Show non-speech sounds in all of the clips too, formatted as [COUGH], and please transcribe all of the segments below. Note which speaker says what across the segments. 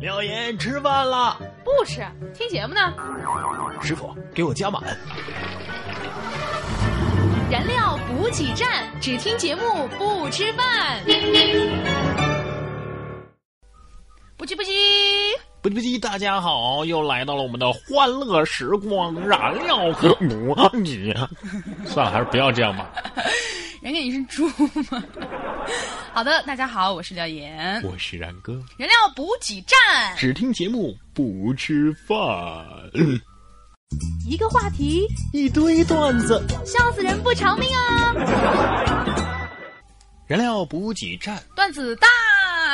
Speaker 1: 妙言吃饭了，
Speaker 2: 不吃，听节目呢。
Speaker 1: 师傅给我加满。
Speaker 2: 燃料补给站，只听节目不吃饭。不急不急，
Speaker 1: 不急不急，大家好，又来到了我们的欢乐时光，燃料可补你。算了，还是不要这样吧。
Speaker 2: 人家你是猪吗？ [LAUGHS] 好的，大家好，我是廖岩。
Speaker 1: 我是然哥，
Speaker 2: 燃料补给站，
Speaker 1: 只听节目不吃饭，
Speaker 2: 一个话题，
Speaker 1: 一堆段子。
Speaker 2: 笑死人不偿命啊！
Speaker 1: 燃料补给站。
Speaker 2: 段子大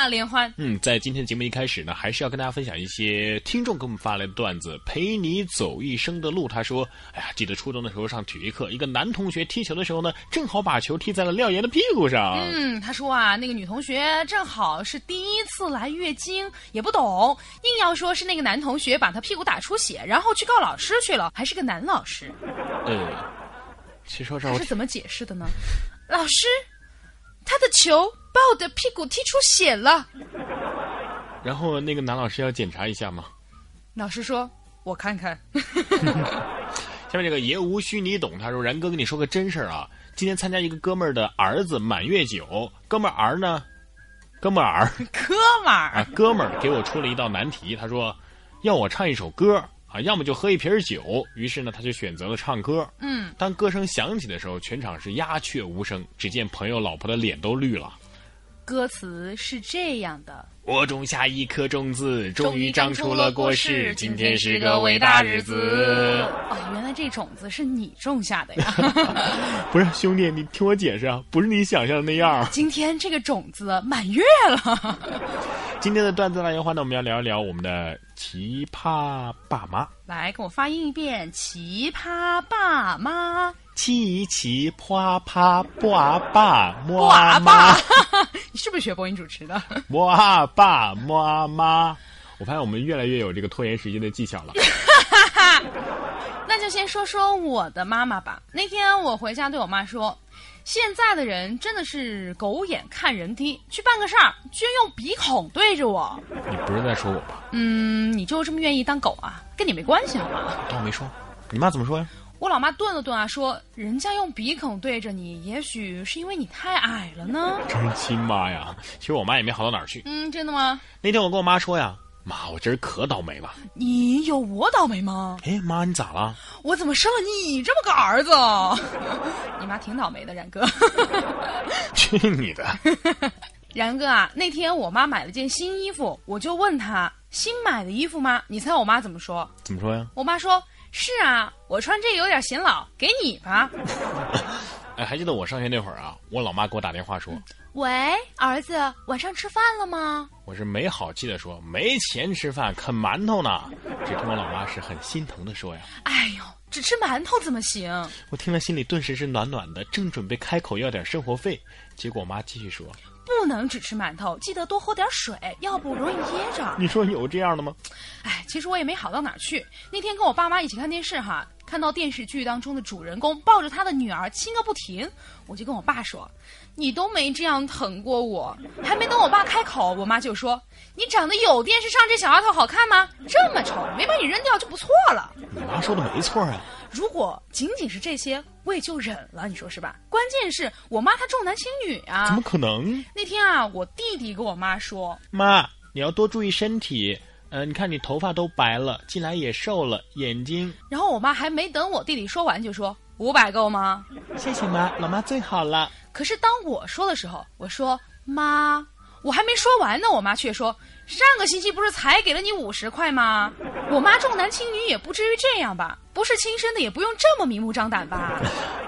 Speaker 2: 联欢，
Speaker 1: 嗯，在今天节目一开始呢，还是要跟大家分享一些听众给我们发来的段子。陪你走一生的路，他说：“哎呀，记得初中的时候上体育课，一个男同学踢球的时候呢，正好把球踢在了廖岩的屁股上。
Speaker 2: 嗯，他说啊，那个女同学正好是第一次来月经，也不懂，硬要说是那个男同学把她屁股打出血，然后去告老师去了，还是个男老师，
Speaker 1: 呃，其实让
Speaker 2: 他
Speaker 1: 我
Speaker 2: 是怎么解释的呢？老师，他的球把我的屁股踢出血了。
Speaker 1: 然后那个男老师要检查一下嘛。
Speaker 2: 老师说，我看看。 [LAUGHS]
Speaker 1: 下面这个也无需你懂，他说：“然哥跟你说个真事儿啊，今天参加一个哥们儿的儿子满月酒，哥们儿儿呢，哥们儿儿。”
Speaker 2: 哥们儿
Speaker 1: 啊，哥们儿给我出了一道难题，他说要我唱一首歌啊，要么就喝一瓶酒。于是呢，他就选择了唱歌。
Speaker 2: 嗯，
Speaker 1: 当歌声响起的时候，全场是鸦雀无声。只见朋友老婆的脸都绿了。
Speaker 2: 歌词是这样的。
Speaker 1: 我种下一颗种子，终
Speaker 2: 终
Speaker 1: 于
Speaker 2: 于
Speaker 1: 长
Speaker 2: 长
Speaker 1: 出
Speaker 2: 出
Speaker 1: 了
Speaker 2: 了
Speaker 1: 果
Speaker 2: 果
Speaker 1: 实
Speaker 2: 实，。
Speaker 1: 今
Speaker 2: 今
Speaker 1: 天
Speaker 2: 天
Speaker 1: 是
Speaker 2: 是
Speaker 1: 个
Speaker 2: 个
Speaker 1: 伟
Speaker 2: 伟
Speaker 1: 大
Speaker 2: 大
Speaker 1: 日
Speaker 2: 日
Speaker 1: 子
Speaker 2: 子。。哦，原来这种子是你种下的呀！
Speaker 1: [LAUGHS]
Speaker 2: [LAUGHS]
Speaker 1: 不是兄弟，你听我解释啊，不是你想象的那样。
Speaker 2: 今天这个种子满月了，
Speaker 1: 今天的段子来源话呢，我们要聊一聊我们的奇葩爸妈。
Speaker 2: 来跟我发音一遍：奇葩爸妈，
Speaker 1: 奇奇啪啪，爸爸妈
Speaker 2: 爸
Speaker 1: 妈
Speaker 2: 爸。，你是不是学播音主持的？
Speaker 1: 哇，爸妈妈，我发现我们越来越有这个拖延时间的技巧 [LAUGHS] 了。
Speaker 2: [LAUGHS] 那就先说说我的妈妈吧。那天我回家对我妈说，现在的人真的是狗眼看人低，去办个事儿居然用鼻孔对着我。
Speaker 1: 你不是在说我吧？
Speaker 2: 嗯，你就这么愿意当狗啊？跟你没关系好吗？
Speaker 1: 当我没说。你妈怎么说呀？
Speaker 2: 我老妈顿了顿啊，说：“人家用鼻孔对着你，也许是因为你太矮了呢。
Speaker 1: 真是亲妈呀！其实我妈也没好到哪儿”去。
Speaker 2: 嗯，真的吗？
Speaker 1: 那天我跟我妈说呀，妈，我真是可倒霉了。
Speaker 2: 你有我倒霉吗？
Speaker 1: 哎，妈，你咋了？
Speaker 2: 我怎么生了你这么个儿子？ [LAUGHS] 你妈挺倒霉的，冉哥。
Speaker 1: [LAUGHS]
Speaker 2: [LAUGHS]
Speaker 1: 去你的！
Speaker 2: 然哥啊，那天我妈买了件新衣服，我就问她新买的衣服吗？你猜我妈怎么说？
Speaker 1: 怎么说呀？
Speaker 2: 我妈说是啊，我穿这个有点显老，给你吧。
Speaker 1: 哎，还记得我上学那会儿啊，我老妈给我打电话说，
Speaker 2: 喂，儿子，晚上吃饭了吗？
Speaker 1: 我是没好气的说没钱吃饭，啃馒头呢。只听我老妈是很心疼的说呀，
Speaker 2: 哎呦，只吃馒头怎么行？
Speaker 1: 我听了心里顿时是暖暖的，正准备开口要点生活费，结果我妈继续说，
Speaker 2: 不能只吃馒头，记得多喝点水，要不容易噎着。
Speaker 1: 你说有这样的吗？
Speaker 2: 哎，其实我也没好到哪儿去。那天跟我爸妈一起看电视哈，看到电视剧当中的主人公抱着他的女儿亲个不停，我就跟我爸说：“你都没这样疼过我。”还没等我爸开口，我妈就说：“你长得有电视上这小丫头好看吗？这么丑，没把你扔掉就不错了。
Speaker 1: 你妈说的没错啊！”
Speaker 2: 如果仅仅是这些，我也就忍了，你说是吧？关键是我妈她重男轻女
Speaker 1: 怎么
Speaker 2: 啊。
Speaker 1: 可能？
Speaker 2: 那天啊，我弟弟跟我妈说，
Speaker 1: 妈，你要多注意身体。呃，你看你头发都白了，近来也瘦了，眼睛。
Speaker 2: 然后我妈还没等我弟弟说完，就说五百够吗？
Speaker 1: 谢谢妈，老妈最好了。
Speaker 2: 可是当我说的时候，我说妈，我还没说完呢，我妈却说上个星期不是才给了你五十块吗？我妈重男轻女也不至于这样吧？不是亲生的也不用这么明目张胆吧？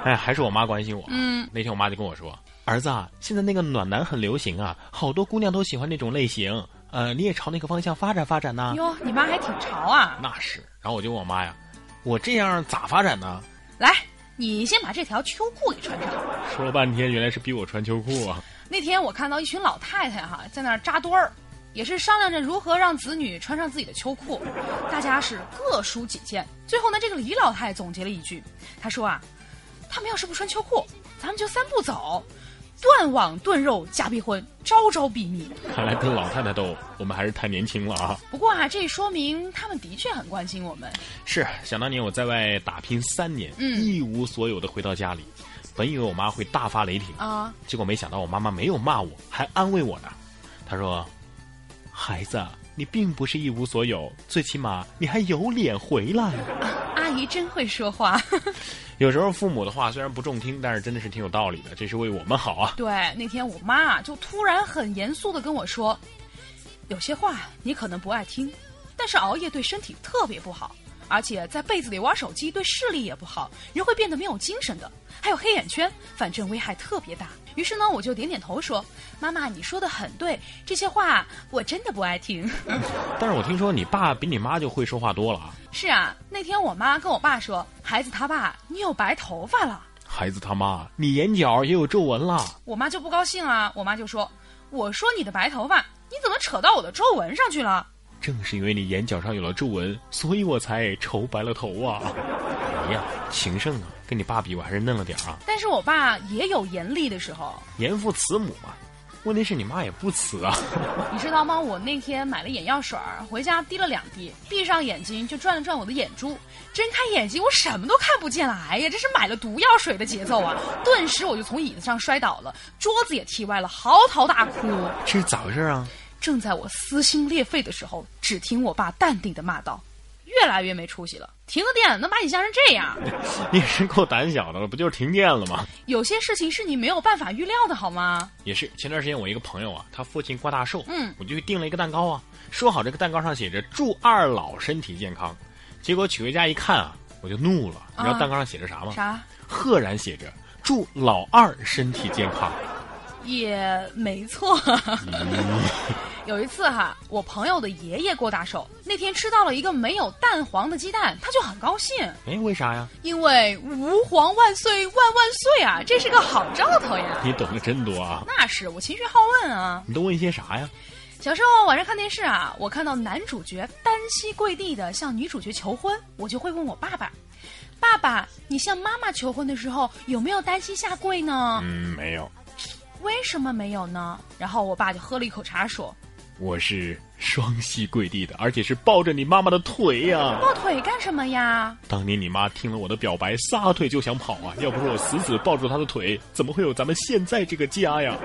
Speaker 1: 哎，还是我妈关心我。
Speaker 2: 嗯，
Speaker 1: 那天我妈就跟我说，儿子啊，现在那个暖男很流行啊，好多姑娘都喜欢那种类型。呃，你也朝那个方向发展发展呐、
Speaker 2: 哟，你妈还挺潮啊！
Speaker 1: 那是。然后我就问我妈呀，我这样咋发展呢？
Speaker 2: 来，你先把这条秋裤给穿上。
Speaker 1: 说了半天，原来是逼我穿秋裤啊。
Speaker 2: 那天我看到一群老太太哈、在那儿扎堆儿，也是商量着如何让子女穿上自己的秋裤，大家是各抒己见。最后呢，这个李老太总结了一句，她说啊，他们要是不穿秋裤，咱们就三步走。断网断肉加逼婚，招招毙命。
Speaker 1: 看来跟老太太斗，我们还是太年轻了啊！
Speaker 2: 不过啊，这说明他们的确很关心我们。
Speaker 1: 是，想当年我在外打拼三年，
Speaker 2: 嗯
Speaker 1: 一无所有的回到家里，本以为我妈会大发雷霆
Speaker 2: 啊，
Speaker 1: 结果没想到我妈妈没有骂我，还安慰我呢。她说：“孩子，你并不是一无所有，最起码你还有脸回来。”
Speaker 2: 阿姨真会说话。
Speaker 1: [LAUGHS] 有时候父母的话虽然不中听，但是真的是挺有道理的，这是为我们好啊。
Speaker 2: 对，那天我妈就突然很严肃的跟我说，有些话你可能不爱听，但是熬夜对身体特别不好，而且在被子里玩手机对视力也不好，人会变得没有精神的，还有黑眼圈，反正危害特别大。于是呢，我就点点头说：“妈妈，你说的很对，这些话我真的不爱听。”
Speaker 1: 但是我听说你爸比你妈就会说话多了啊，
Speaker 2: [LAUGHS] 是啊，那天我妈跟我爸说：“孩子他爸，你有白头发了。
Speaker 1: 孩子他妈，你眼角也有皱纹啦。”
Speaker 2: 我妈就不高兴啊，我妈就说：“我说你的白头发，你怎么扯到我的皱纹上去了
Speaker 1: 正是因为你眼角上有了皱纹，所以我才愁白了头啊！ [LAUGHS] 哎呀，情圣啊，跟你爸比我还是嫩了点儿啊。？”
Speaker 2: 但是我爸也有严厉的时候，
Speaker 1: 严父慈母嘛，问题是你妈也不慈 [LAUGHS] 啊。
Speaker 2: 你知道吗？我那天买了眼药水儿，回家滴了两滴，闭上眼睛就转了转我的眼珠，睁开眼睛我什么都看不见了。哎呀，这是买了毒药水的节奏啊！顿时我就从椅子上摔倒了，桌子也踢歪了，嚎啕大哭。
Speaker 1: 这是咋回事啊？
Speaker 2: 正在我撕心裂肺的时候，只听我爸淡定的骂道：“越来越没出息了，停个电能把你吓成这样？
Speaker 1: [LAUGHS] 你也是够胆小的了，不就是停电了吗？
Speaker 2: 有些事情是你没有办法预料的，好吗？
Speaker 1: [LAUGHS] 也是，前段时间我一个朋友啊，他父亲挂大寿，
Speaker 2: 嗯，
Speaker 1: 我就去订了一个蛋糕啊，说好这个蛋糕上写着“祝二老身体健康”，结果取回家一看啊，我就怒了，你知道
Speaker 2: 啊
Speaker 1: 蛋糕上写着啥吗？
Speaker 2: 啥
Speaker 1: 赫然写着“祝老二身体健康
Speaker 2: 也没错。 [LAUGHS] 有一次哈，我朋友的爷爷过大寿，那天吃到了一个没有蛋黄的鸡蛋，他就很高兴，”。
Speaker 1: 哎，为啥呀？
Speaker 2: 因为吾皇万岁万万岁啊，这是个好兆头呀。
Speaker 1: 你懂得真多啊！
Speaker 2: 那是我勤学好问啊。
Speaker 1: 你都问些啥呀？
Speaker 2: 小时候晚上看电视啊，我看到男主角单膝跪地的向女主角求婚，我就会问我爸爸：“爸爸，你向妈妈求婚的时候有没有单膝下跪呢？
Speaker 1: 嗯，没有，
Speaker 2: 为什么没有呢？”然后我爸就喝了一口茶说
Speaker 1: 我是双膝跪地的，而且是抱着你妈妈的腿呀、：“
Speaker 2: 抱腿干什么呀？
Speaker 1: 当年你妈听了我的表白，撒腿就想跑啊！要不是我死死抱住她的腿，怎么会有咱们现在这个家呀？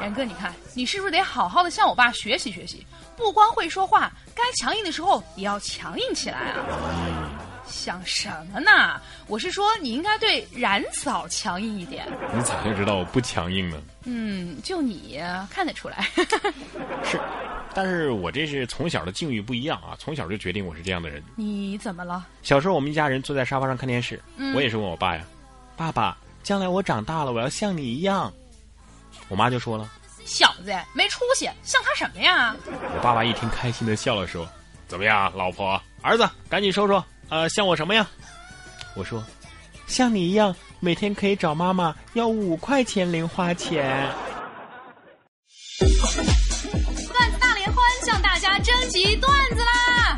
Speaker 2: 然哥，你看你是不是得好好的向我爸学习学习？不光会说话，该强硬的时候也要强硬起来啊！想什么呢？我是说你应该对冉嫂强硬一点。”
Speaker 1: 你咋就知道我不强硬呢？
Speaker 2: 嗯，就你看得出来。 [LAUGHS]
Speaker 1: 是，但是我这是从小的境遇不一样啊，从小就决定我是这样的人。
Speaker 2: 你怎么了？
Speaker 1: 小时候我们一家人坐在沙发上看电视，
Speaker 2: 嗯
Speaker 1: 我也是问我爸呀：“爸爸，将来我长大了，我要像你一样。”我妈就说了，
Speaker 2: 小子没出息，像他什么呀？
Speaker 1: 我爸爸一听开心的笑了，说：“怎么样，老婆儿子，赶紧说说，呃，像我什么呀？”我说：“像你一样，每天可以找妈妈要五块钱零花钱。
Speaker 2: 段子大联欢向大家征集段子啦！”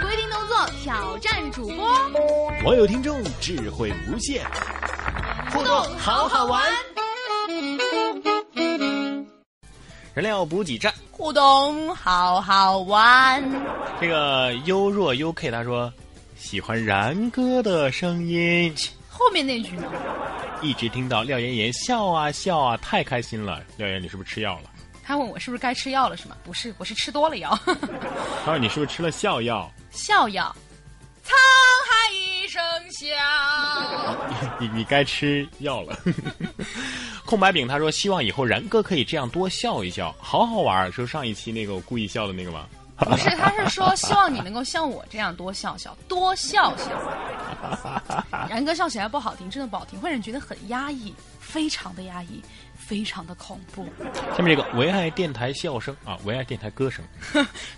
Speaker 2: 规定动作挑战主播，
Speaker 1: 网友听众智慧无限，互动好好玩。燃料补给站，
Speaker 2: 互动好好玩。
Speaker 1: 这个优若 UK 他说喜欢然哥的声音，
Speaker 2: 后面那句呢？
Speaker 1: 一直听到廖妍妍笑啊笑啊，太开心了。廖妍，你是不是吃药了？
Speaker 2: 他问我是不是该吃药了，是吗？不是，我是吃多了 [LAUGHS] 药。
Speaker 1: 他说你是不是吃了笑药？
Speaker 2: 笑药，沧海一声笑。
Speaker 1: 你你该吃药了。空白饼他说希望以后然哥可以这样多笑一笑，好好玩儿。就上一期那个我故意笑的那个嘛。
Speaker 2: 不是，他是说希望你能够像我这样多笑笑，多笑笑。然哥笑起来不好听，真的不好听，会让人觉得很压抑，非常的压抑，非常的恐怖。
Speaker 1: 下面这个唯爱电台笑声啊，唯爱电台歌声。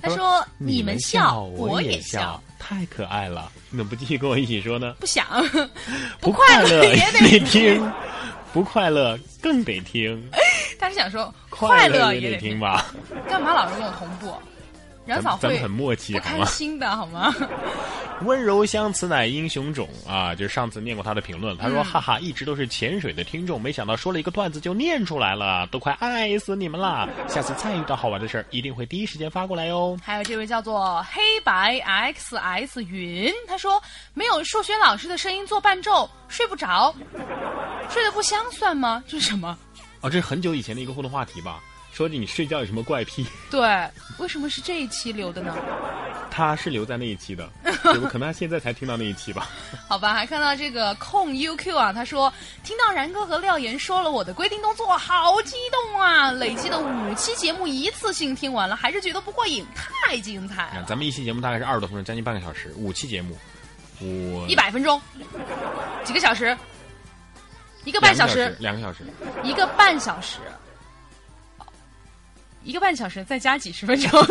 Speaker 2: 他说：“你
Speaker 1: 们
Speaker 2: 们笑，
Speaker 1: 我
Speaker 2: 也
Speaker 1: 笑，，太可爱了。你怎么不继续跟我一起说呢？
Speaker 2: 不想，
Speaker 1: 不
Speaker 2: 快
Speaker 1: 乐
Speaker 2: 也
Speaker 1: 得
Speaker 2: 得
Speaker 1: 听，不快乐更得听，
Speaker 2: 他是想说
Speaker 1: 快
Speaker 2: 哎快乐
Speaker 1: 也
Speaker 2: 也
Speaker 1: 得
Speaker 2: 得
Speaker 1: 听吧。
Speaker 2: 干嘛老是跟我同步？
Speaker 1: 咱
Speaker 2: 冉
Speaker 1: 们
Speaker 2: 嫂
Speaker 1: 咱
Speaker 2: 会
Speaker 1: 们很默契
Speaker 2: 不
Speaker 1: 好
Speaker 2: 开
Speaker 1: 吗？
Speaker 2: 心的好吗？
Speaker 1: 温柔乡此乃英雄冢啊！就是上次念过他的评论，他说：“
Speaker 2: 嗯
Speaker 1: 哈哈，一直都是潜水的听众，没想到说了一个段子就念出来了，都快爱死你们啦！下次再遇到好玩的事儿，一定会第一时间发过来哦。
Speaker 2: 还有这位叫做黑白 X S 云，他说没有数学老师的声音做伴奏睡不着，睡得不香算吗？这是什么？”
Speaker 1: 哦，这是很久以前的一个互动话题吧？说你睡觉有什么怪癖？
Speaker 2: 对，为什么是这一期留的呢？
Speaker 1: 他是留在那一期
Speaker 2: [LAUGHS]
Speaker 1: 的，只不过可能他现在才听到那一期吧。
Speaker 2: 好吧，还看到这个控 UQ 啊，他说听到然哥和廖岩说了我的规定动作，好激动啊！累积的五期节目一次性听完了，还是觉得不过瘾，太精彩
Speaker 1: 啊
Speaker 2: 了，
Speaker 1: 咱们一期节目大概是二十多分钟，将近半个小时，五期节目，五
Speaker 2: 一百分钟，几个小时，一个
Speaker 1: 个
Speaker 2: 半小时
Speaker 1: 时，，两个小时，
Speaker 2: 一个半小时，一个半小时再加几十分钟。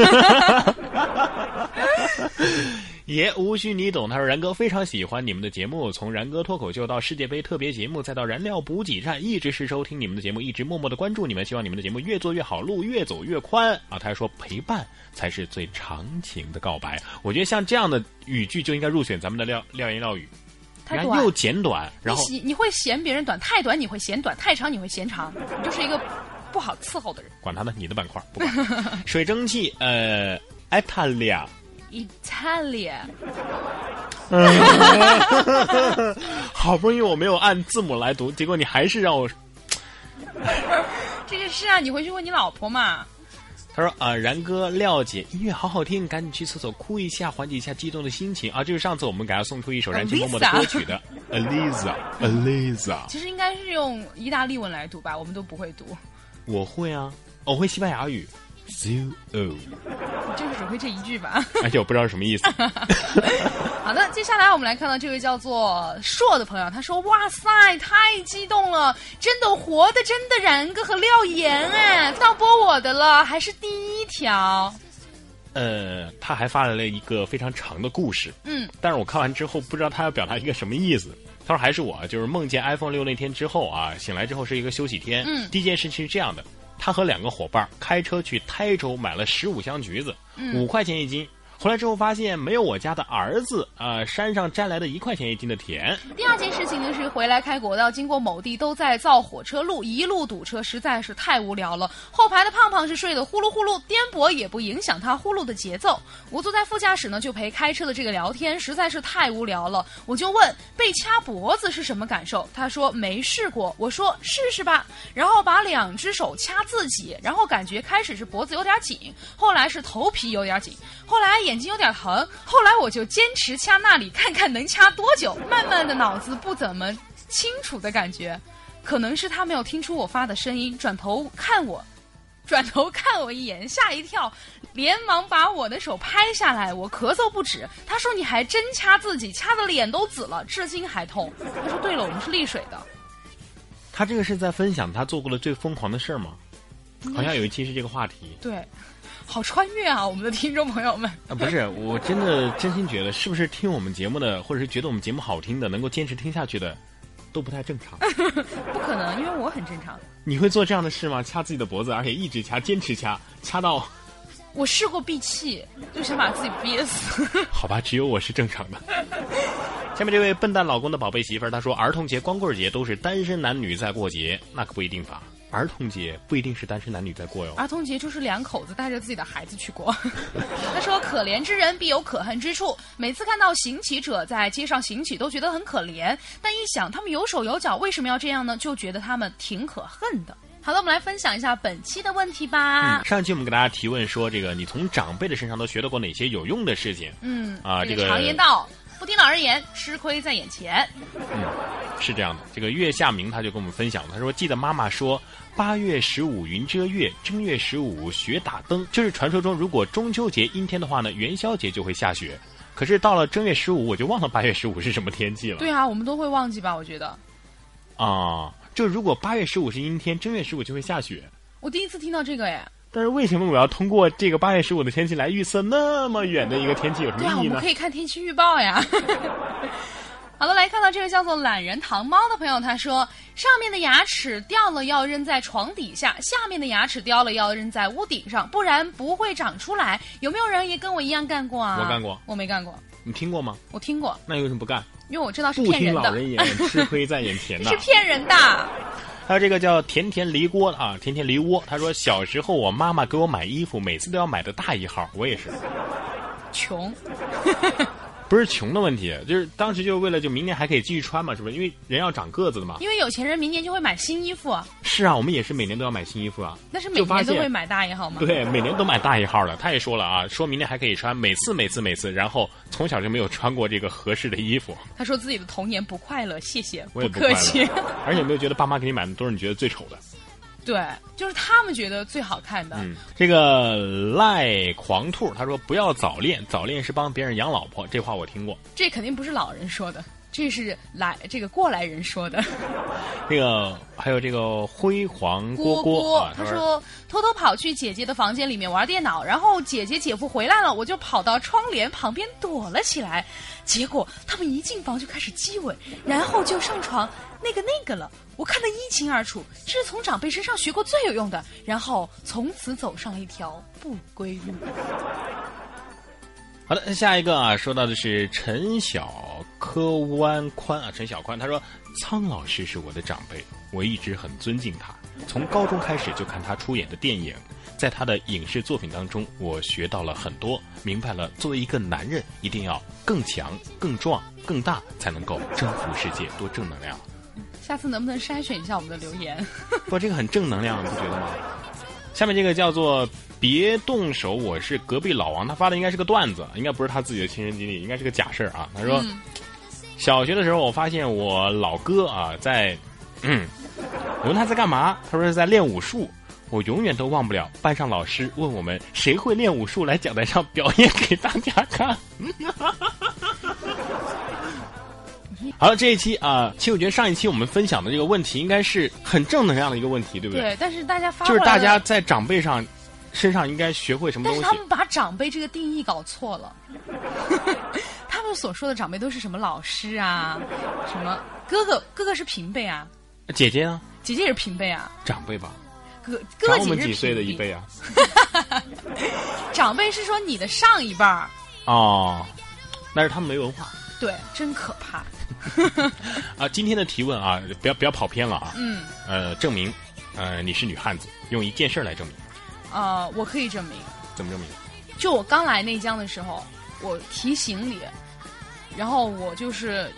Speaker 1: 也无需你懂。他说：“然哥非常喜欢你们的节目，从然哥脱口秀到世界杯特别节目，再到燃料补给站，一直是收听你们的节目，一直默默的关注你们。希望你们的节目越做越好，路越走越宽啊！”他还说：“陪伴才是最长情的告白。”我觉得像这样的语句就应该入选咱们的廖廖言廖语，
Speaker 2: 太
Speaker 1: 然后
Speaker 2: 短，
Speaker 1: 又简短，然
Speaker 2: [LAUGHS] 你
Speaker 1: 后
Speaker 2: 喜你会嫌别人短，太短你会嫌短，太长你会嫌长，你就是一个不好伺候的人。
Speaker 1: 管他呢，你的板块不管。 [LAUGHS] 水蒸气，呃，艾塔利亚。
Speaker 2: Italia，
Speaker 1: 好不容易我没有按字母来读，结果你还是让我。
Speaker 2: 这个是啊，你回去问你老婆嘛。
Speaker 1: 他说啊、然哥、廖姐，音乐好好听，赶紧去厕所哭一下，缓解一下激动的心情啊！这是上次我们给他送出一首燃情默默的歌曲的呃 Eliza，Eliza，
Speaker 2: 其实应该是用意大利文来读吧，我们都不会读，
Speaker 1: 我会啊，我会西班牙语 z o
Speaker 2: 你就是只会这一句吧。 [LAUGHS]
Speaker 1: 而且我哎不知道是什么意思。
Speaker 2: 好的，接下来我们来看到这位叫做硕的朋友，他说：“哇塞，太激动了，真的活的真的然哥和廖岩哎，到播我的了，还是第一条。
Speaker 1: 呃，他还发来了一个非常长的故事，
Speaker 2: 嗯，
Speaker 1: 但是我看完之后不知道他要表达一个什么意思。他说还是我，就是梦见 iPhone 六那天之后啊，醒来之后是一个休息天。
Speaker 2: 嗯
Speaker 1: 第一件事情是这样的，他和两个伙伴开车去台州买了十五箱橘子，五、块钱一斤。回来之后发现没有我家的儿子啊、呃山上摘来的一块钱一斤的甜。
Speaker 2: 第二件事情呢是回来开国道，经过某地都在造火车路，一路堵车，实在是太无聊了。后排的胖胖是睡得呼噜呼噜，颠簸也不影响他呼噜的节奏。我坐在副驾驶呢，就陪开车的这个聊天，实在是太无聊了。我就问被掐脖子是什么感受，他说没试过。我说试试吧，然后把两只手掐自己，然后感觉开始是脖子有点紧，后来是头皮有点紧，后来眼睛有点疼，后来我就坚持掐那里，看看能掐多久。慢慢的脑子不怎么清楚的感觉，可能是他没有听出我发的声音，转头看我，转头看我一眼，吓一跳，连忙把我的手拍下来。我咳嗽不止，他说你还真掐自己，掐的脸都紫了，至今还痛。他说对了，我们是丽水的。
Speaker 1: 他这个是在分享他做过的最疯狂的事儿吗？好像有一期是这个话题。
Speaker 2: 对，好穿越啊，我们的听众朋友们。
Speaker 1: 啊，不是，我真的真心觉得，是不是听我们节目的，或者是觉得我们节目好听的，能够坚持听下去的，都不太正常。
Speaker 2: 不可能，因为我很正常。
Speaker 1: 你会做这样的事吗？掐自己的脖子，而且一直掐，坚持掐，掐到
Speaker 2: 我试过闭气，就想把自己憋死。
Speaker 1: [LAUGHS] 好吧，只有我是正常的。 [LAUGHS] 下面这位笨蛋老公的宝贝媳妇儿，她说：“儿童节、光棍节都是单身男女在过节，那可不一定吧？儿童节不一定是单身男女在过哟。
Speaker 2: 儿童节就是两口子带着自己的孩子去过。 [LAUGHS] 他说：“可怜之人必有可恨之处。每次看到行乞者在街上行乞，都觉得很可怜。但一想他们有手有脚，为什么要这样呢？就觉得他们挺可恨的。”好了，我们来分享一下本期的问题吧。
Speaker 1: 嗯上一期我们给大家提问说，这个你从长辈的身上都学到过哪些有用的事情？
Speaker 2: 嗯
Speaker 1: 啊这
Speaker 2: 这
Speaker 1: 个
Speaker 2: 常言道，不听老人言，吃亏在眼前。
Speaker 1: 是这样的，这个月夏明他就跟我们分享，他说记得妈妈说八月十五云遮月，正月十五雪打灯，就是传说中如果中秋节阴天的话呢，元宵节就会下雪。可是到了正月十五，我就忘了八月十五是什么天气了。
Speaker 2: 对啊，我们都会忘记吧？我觉得，
Speaker 1: 啊，就如果八月十五是阴天，正月十五就会下雪。
Speaker 2: 我第一次听到这个哎。
Speaker 1: 但是为什么我要通过这个八月十五的天气来预测那么远的一个天气有什
Speaker 2: 对啊，
Speaker 1: 么
Speaker 2: 我
Speaker 1: 意义嗯
Speaker 2: 们
Speaker 1: 呢
Speaker 2: 可？以看天气预报呀。 [LAUGHS] 好了，来看到这位叫做懒人糖猫的朋友，他说：上面的牙齿掉了要扔在床底下，下面的牙齿掉了要扔在屋顶上，不然不会长出来。有没有人也跟我一样干过啊？
Speaker 1: 我干过，
Speaker 2: 我没干过，
Speaker 1: 你听过吗？
Speaker 2: 我听过，
Speaker 1: 那你为什么不干？
Speaker 2: 因为我知道是
Speaker 1: 不
Speaker 2: 骗
Speaker 1: 听
Speaker 2: 人
Speaker 1: 老
Speaker 2: 的，
Speaker 1: 人言，吃亏在眼前呐
Speaker 2: 是。骗人的。
Speaker 1: 还有这个叫甜甜梨锅啊，甜甜梨窝，他说小时候我妈妈给我买衣服，每次都要买的大一号，我也是，
Speaker 2: 穷，
Speaker 1: 不是穷的问题，就是当时就是为了就明年还可以继续穿嘛，是不是？因为人要长个子的嘛。
Speaker 2: 因为有钱人明年就会买新衣服啊，
Speaker 1: [LAUGHS] 是啊，我们也是每年都要买新衣服啊。
Speaker 2: 那是每
Speaker 1: 就发
Speaker 2: 年都
Speaker 1: 现
Speaker 2: 会买大一号吗？
Speaker 1: 对，每年都买大一号的。他也说了啊，说明年还可以穿，每次每次每次，然后从小就没有穿过这个合适的衣服。
Speaker 2: 他说自己的童年不快乐，谢谢，
Speaker 1: 我也不快
Speaker 2: 客
Speaker 1: 乐
Speaker 2: 气。 [LAUGHS]
Speaker 1: 而且有没有觉得爸妈给你买的都是你觉得最丑的？
Speaker 2: 对，就是他们觉得最好看的。
Speaker 1: 嗯，这个赖狂兔他说不要早恋，早恋是帮别人养老婆，这话我听过。
Speaker 2: 这肯定不是老人说的，这是来这个过来人说的。
Speaker 1: 这个还有这个辉煌
Speaker 2: 郭
Speaker 1: 蝈蝈啊，
Speaker 2: 他说偷偷跑去姐姐的房间里面玩电脑，然后姐姐姐夫回来了，我就跑到窗帘旁边躲了起来。结果他们一进房就开始激吻，然后就上床那个那个了，我看得一清二楚，这是从长辈身上学过最有用的。然后从此走上了一条不归路。
Speaker 1: 好的，下一个啊，说到的是陈小科湾宽啊，陈小宽他说，苍老师是我的长辈，我一直很尊敬他，从高中开始就看他出演的电影，在他的影视作品当中，我学到了很多，明白了作为一个男人一定要更强、更壮、更大，才能够征服世界，多正能量。
Speaker 2: 下次能不能筛选一下我们的留言？
Speaker 1: 不，这个很正能量，你不觉得吗？下面这个叫做“别动手”，我是隔壁老王，他发的应该是个段子，应该不是他自己的亲身经历，应该是个假事儿啊。他说，
Speaker 2: 嗯
Speaker 1: 小学的时候，我发现我老哥啊在，嗯，我问他在干嘛，他说是在练武术。我永远都忘不了班上老师问我们谁会练武术，来讲台上表演给大家看。好了，这一期啊、其实我觉得上一期我们分享的这个问题应该是很正能量的一个问题，对不对？
Speaker 2: 对，但是大家发
Speaker 1: [LAUGHS] 就是
Speaker 2: 过来
Speaker 1: 大
Speaker 2: 的
Speaker 1: 家在长辈上身上应该学会什么
Speaker 2: 啊但
Speaker 1: 东
Speaker 2: 是
Speaker 1: 西
Speaker 2: 他？们把长辈这个定义搞错
Speaker 1: [LAUGHS]
Speaker 2: 了，他们所说的长辈都是什么老师啊，什么哥哥哥哥是平辈啊，
Speaker 1: 姐姐呢？
Speaker 2: 姐姐也是平辈啊，
Speaker 1: 长辈吧，
Speaker 2: 哥哥
Speaker 1: 长
Speaker 2: 哥
Speaker 1: 我
Speaker 2: 姐
Speaker 1: 们
Speaker 2: 姐是
Speaker 1: 几岁的
Speaker 2: 平
Speaker 1: 一辈啊？
Speaker 2: 长辈是说你的上一辈儿，
Speaker 1: 哦，但是他们没文化
Speaker 2: 对，真可怕。
Speaker 1: 啊。今天的提问啊，不要不要跑偏了啊。
Speaker 2: 嗯，
Speaker 1: 呃，证明，呃，你是女汉子，用一件事儿来证明，
Speaker 2: 呃，我可以证明，
Speaker 1: 怎么证明？
Speaker 2: 就我刚来内江的时候，我提行李，然后我就是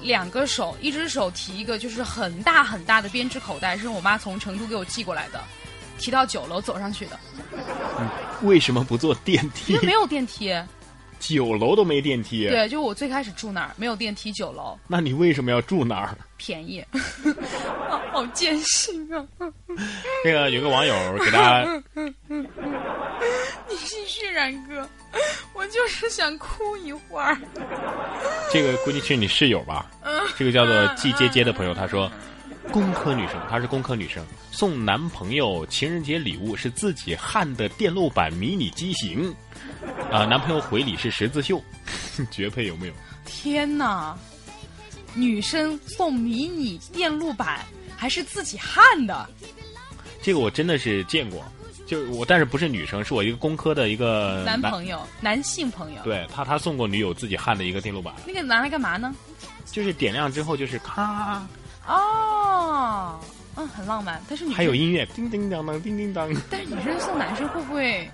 Speaker 2: 两个手，一只手提一个就是很大很大的编织口袋，是我妈从成都给我寄过来的，提到九楼走上去的，
Speaker 1: 为什么不坐电梯
Speaker 2: 因为？没有电
Speaker 1: [LAUGHS]
Speaker 2: 梯。
Speaker 1: 九楼都没电梯，啊
Speaker 2: 对，就我最开始住那儿没有电梯，九楼
Speaker 1: 那你为什么要住那
Speaker 2: [LAUGHS]
Speaker 1: 儿？
Speaker 2: 便宜，好好艰辛啊！
Speaker 1: 这个有个网友给大家，
Speaker 2: 你继续，然哥，我就是想哭一会儿。
Speaker 1: 这个估计是你室友吧？
Speaker 2: 嗯
Speaker 1: 这个叫做季接接的朋友，她说，工科女生，她是工科女生，送男朋友情人节礼物是自己焊的电路板迷你机型，啊、男朋友回礼是十字绣， [LAUGHS] 绝配有没有？
Speaker 2: 天哪，女生送迷你电路板还是自己焊的，
Speaker 1: 这个我真的是见过，就是我，但是不是女生，是我一个工科的一个
Speaker 2: 男朋友，男性朋友，
Speaker 1: 嗯对他，他送过女友自己焊的一个电路板，
Speaker 2: 那个拿来干嘛呢？
Speaker 1: 就是点亮之后就是咔，
Speaker 2: 哦，嗯，很浪漫。但是女生
Speaker 1: 还有音乐，叮叮当当，叮叮当。
Speaker 2: 但是女生送男生会不会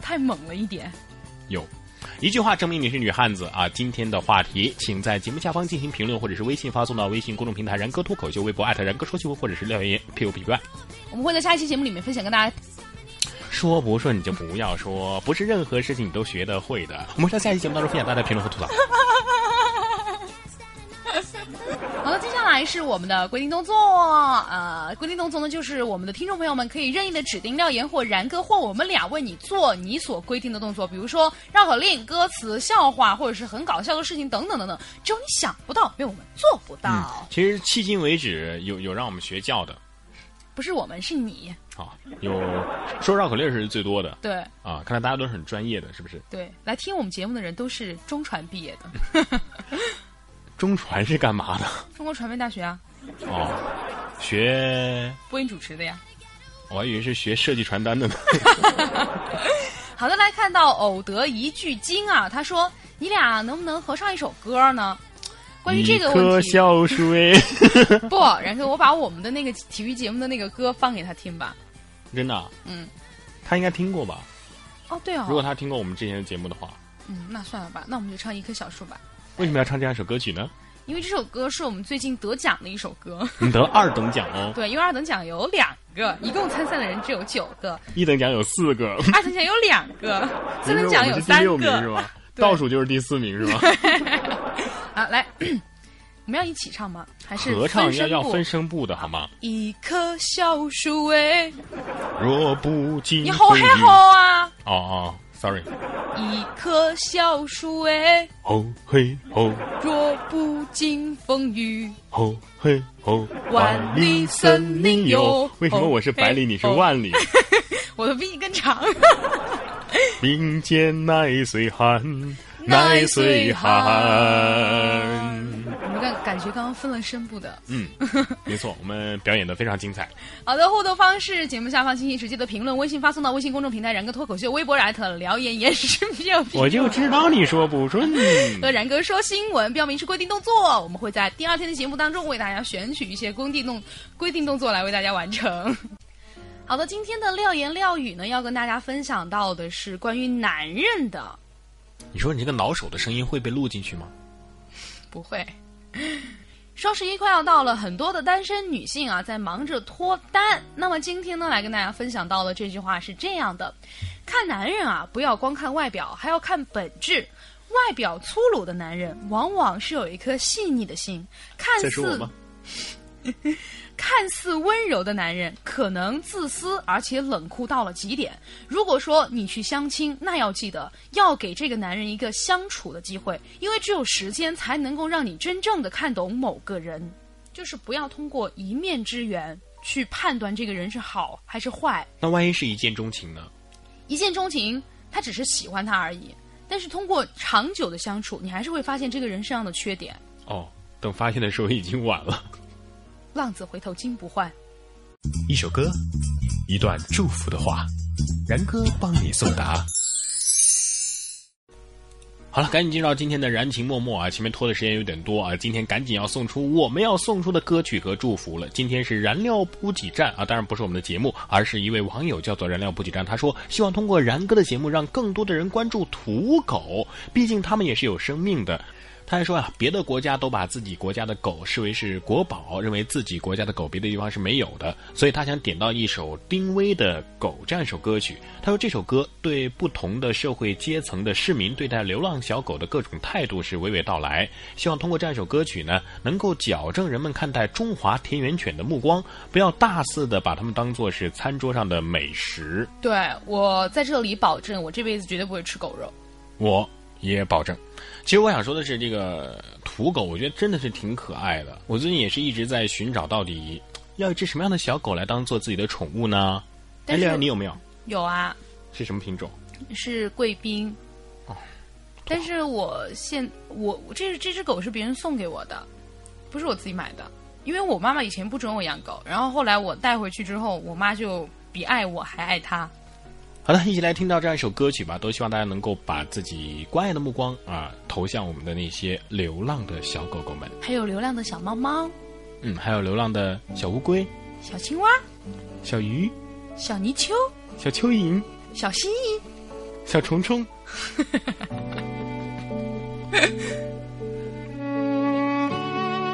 Speaker 2: 太猛了一点？
Speaker 1: 有。一句话证明你是女汉子啊！今天的话题，请在节目下方进行评论，或者是微信发送到微信公众平台“然哥脱口秀”微博艾特然哥说新闻，或者是廖岩 P U P Y。
Speaker 2: 我们会在下一期节目里面分享跟大家。
Speaker 1: 说不顺你就不要说，不是任何事情你都学得会的。我们在下期节目当中分享大家的评论和吐槽。
Speaker 2: 好了，今天是我们的规定动作。呃，规定动作呢，就是我们的听众朋友们可以任意的指定廖岩或然哥或我们俩为你做你所规定的动作，比如说绕口令、歌词、笑话，或者是很搞笑的事情等等等等。只有你想不到，没有我们做不到。
Speaker 1: 嗯其实迄今为止有有让我们学教的
Speaker 2: 不是我们，是你。
Speaker 1: 啊，有说绕口令是最多的
Speaker 2: 对
Speaker 1: 啊，看来大家都是很专业的，是不是？
Speaker 2: 对，来听我们节目的人都是中传毕业的，
Speaker 1: 中传是干嘛的？
Speaker 2: 中国传媒大学啊，
Speaker 1: 哦，学
Speaker 2: 播音主持的呀。
Speaker 1: 我还以为是学设计传单的呢。
Speaker 2: 好的，来看到偶得一句经啊，他说：“你俩能不能合唱一首歌呢？”关于这个
Speaker 1: 一棵
Speaker 2: 问题，
Speaker 1: 小树哎， [LAUGHS]
Speaker 2: 不，然哥，我把我们的那个体育节目的那个歌放给他听吧。
Speaker 1: 真的，啊
Speaker 2: 嗯，
Speaker 1: 他应该听过吧？
Speaker 2: 哦，对
Speaker 1: 如果
Speaker 2: 哦，
Speaker 1: 他听过我们之前的节目的话，
Speaker 2: 嗯，那算了吧，那我们就唱《一棵小树》吧，
Speaker 1: 为什么要唱这样一首歌曲呢？
Speaker 2: 因为这首歌是我们最近得奖的一首歌。 [LAUGHS]
Speaker 1: 你得二等奖哦，
Speaker 2: 对，因为二等奖有两个，一共参赛的人只有九
Speaker 1: [LAUGHS]
Speaker 2: 个，
Speaker 1: 一等奖有四个，
Speaker 2: 二等奖有两个，三等奖
Speaker 1: 因为我们
Speaker 2: 有
Speaker 1: 是第
Speaker 2: 三
Speaker 1: 六名是
Speaker 2: 个。
Speaker 1: 吧？
Speaker 2: 对
Speaker 1: 倒数就是第四名是吧？
Speaker 2: 啊，来， [CLEARS THROAT] 我们要一起唱吗？还 [LAUGHS] 是
Speaker 1: 合唱要
Speaker 2: 声
Speaker 1: 要
Speaker 2: 部
Speaker 1: 分声部的好吗？
Speaker 2: 一棵小树哎，
Speaker 1: 若不禁
Speaker 2: 你吼还吼啊！
Speaker 1: 哦哦，sorry，
Speaker 2: 一棵小树哎，
Speaker 1: 吼嘿吼
Speaker 2: 弱不禁风雨。
Speaker 1: 吼嘿吼，
Speaker 2: 万里森林哟
Speaker 1: 为什么我是百里，
Speaker 2: 吼嘿
Speaker 1: 你是万
Speaker 2: [LAUGHS]
Speaker 1: 里？
Speaker 2: 我的比你更长。
Speaker 1: 并肩耐岁寒，
Speaker 2: 耐
Speaker 1: 耐
Speaker 2: 岁
Speaker 1: 岁
Speaker 2: 寒
Speaker 1: 寒。
Speaker 2: 我们感感觉刚刚分了声部的。
Speaker 1: 嗯，没错，我们表演的非常精彩。
Speaker 2: 好的，互动方式：节目下方进行直接的评论，微信发送到微信公众平台“然哥脱口秀”，微博 at 聊言延时票
Speaker 1: [LAUGHS]
Speaker 2: 评。
Speaker 1: 我就知道你说不 [LAUGHS] 准。
Speaker 2: 和然哥说新闻，标明是规定动作，我们会在第二天的节目当中为大家选取一些规定动规定动作来为大家完成。好的，今天的廖言廖语呢，要跟大家分享到的是关于男人的，
Speaker 1: 你说你这个挠手的声音会被录进去吗？
Speaker 2: 不会。 [LAUGHS] 双十一快要到了，很多的单身女性啊在忙着脱单。那么今天呢，来跟大家分享到的这句话是这样的：看男人啊，不要光看外表，还要看本质。外表粗鲁的男人，往往是有一颗细腻的心，看
Speaker 1: 在说我
Speaker 2: 似
Speaker 1: 吗？
Speaker 2: 看似温柔的男人，可能自私而且冷酷到了极点。如果说你去相亲，那要记得要给这个男人一个相处的机会，因为只有时间才能够让你真正的看懂某个人。就是不要通过一面之缘去判断这个人是好还是坏。
Speaker 1: 那万一是一见钟情呢？
Speaker 2: 一见钟情，他只是喜欢他而已。但是通过长久的相处，你还是会发现这个人身上的缺点。
Speaker 1: 哦，等发现的时候已经晚了。
Speaker 2: 浪子回头金不换。
Speaker 1: 一首歌，一段祝福的话，然哥帮你送达。好了，赶紧进入到今天的燃情脉脉啊！前面拖的时间有点多啊，今天赶紧要送出我们要送出的歌曲和祝福了。今天是燃料补给站啊，当然不是我们的节目，而是一位网友叫做燃料补给站，他说希望通过然哥的节目让更多的人关注土狗，毕竟他们也是有生命的。他还说啊，别的国家都把自己国家的狗视为是国宝，认为自己国家的狗别的地方是没有的，所以他想点到一首丁薇的《狗》这样一首歌曲。他说这首歌对不同的社会阶层的市民对待流浪小狗的各种态度是娓娓道来，希望通过这样一首歌曲呢，能够矫正人们看待中华田园犬的目光，不要大肆的把它们当做是餐桌上的美食。
Speaker 2: 对我在这里保证，我这辈子绝对不会吃狗肉。
Speaker 1: 我也保证。其实我想说的是，这个土狗，我觉得真的是挺可爱的。我最近也是一直在寻找，到底要一只什么样的小狗来当做自己的宠物呢？哎，
Speaker 2: 但是
Speaker 1: 亮亮，你有没有？
Speaker 2: 有啊，
Speaker 1: 是什么品种？
Speaker 2: 是贵宾。但是我现我我这这只狗是别人送给我的，不是我自己买的，因为我妈妈以前不准我养狗，然后后来我带回去之后，我妈就比爱我还爱它。
Speaker 1: 好的，一起来听到这样一首歌曲吧。都希望大家能够把自己关爱的目光啊投向我们的那些流浪的小狗狗们，
Speaker 2: 还有流浪的小猫猫、
Speaker 1: 嗯，还有流浪的小乌龟、
Speaker 2: 小青蛙、
Speaker 1: 小鱼、
Speaker 2: 小泥鳅、
Speaker 1: 小蚯蚓、
Speaker 2: 小蜥蜴。
Speaker 1: 小虫虫。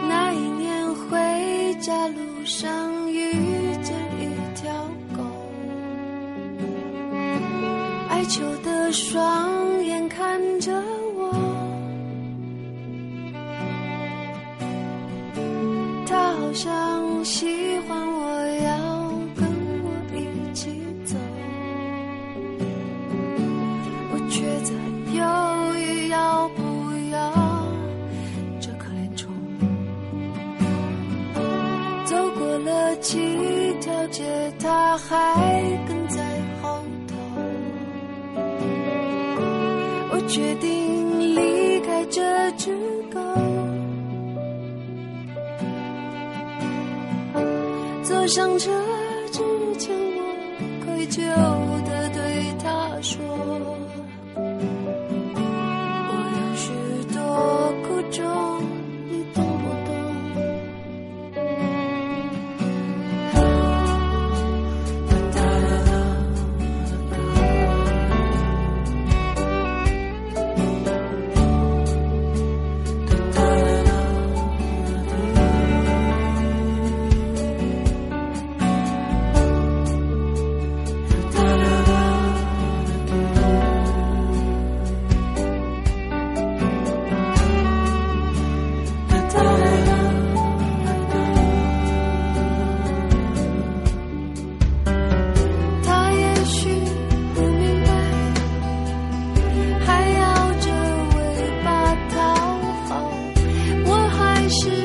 Speaker 3: 那一年回家路上遇见一条狗，哀求的双眼看着我，它好像喜欢我要跟我一起走，我却在犹豫要不要这可怜虫。走过了几条街，它还跟在后头。我决定离开这只狗，坐上车之前，我愧疚地对它说。我有许多苦衷，你懂不懂？他也许不明白，还摇着尾巴讨好，我还是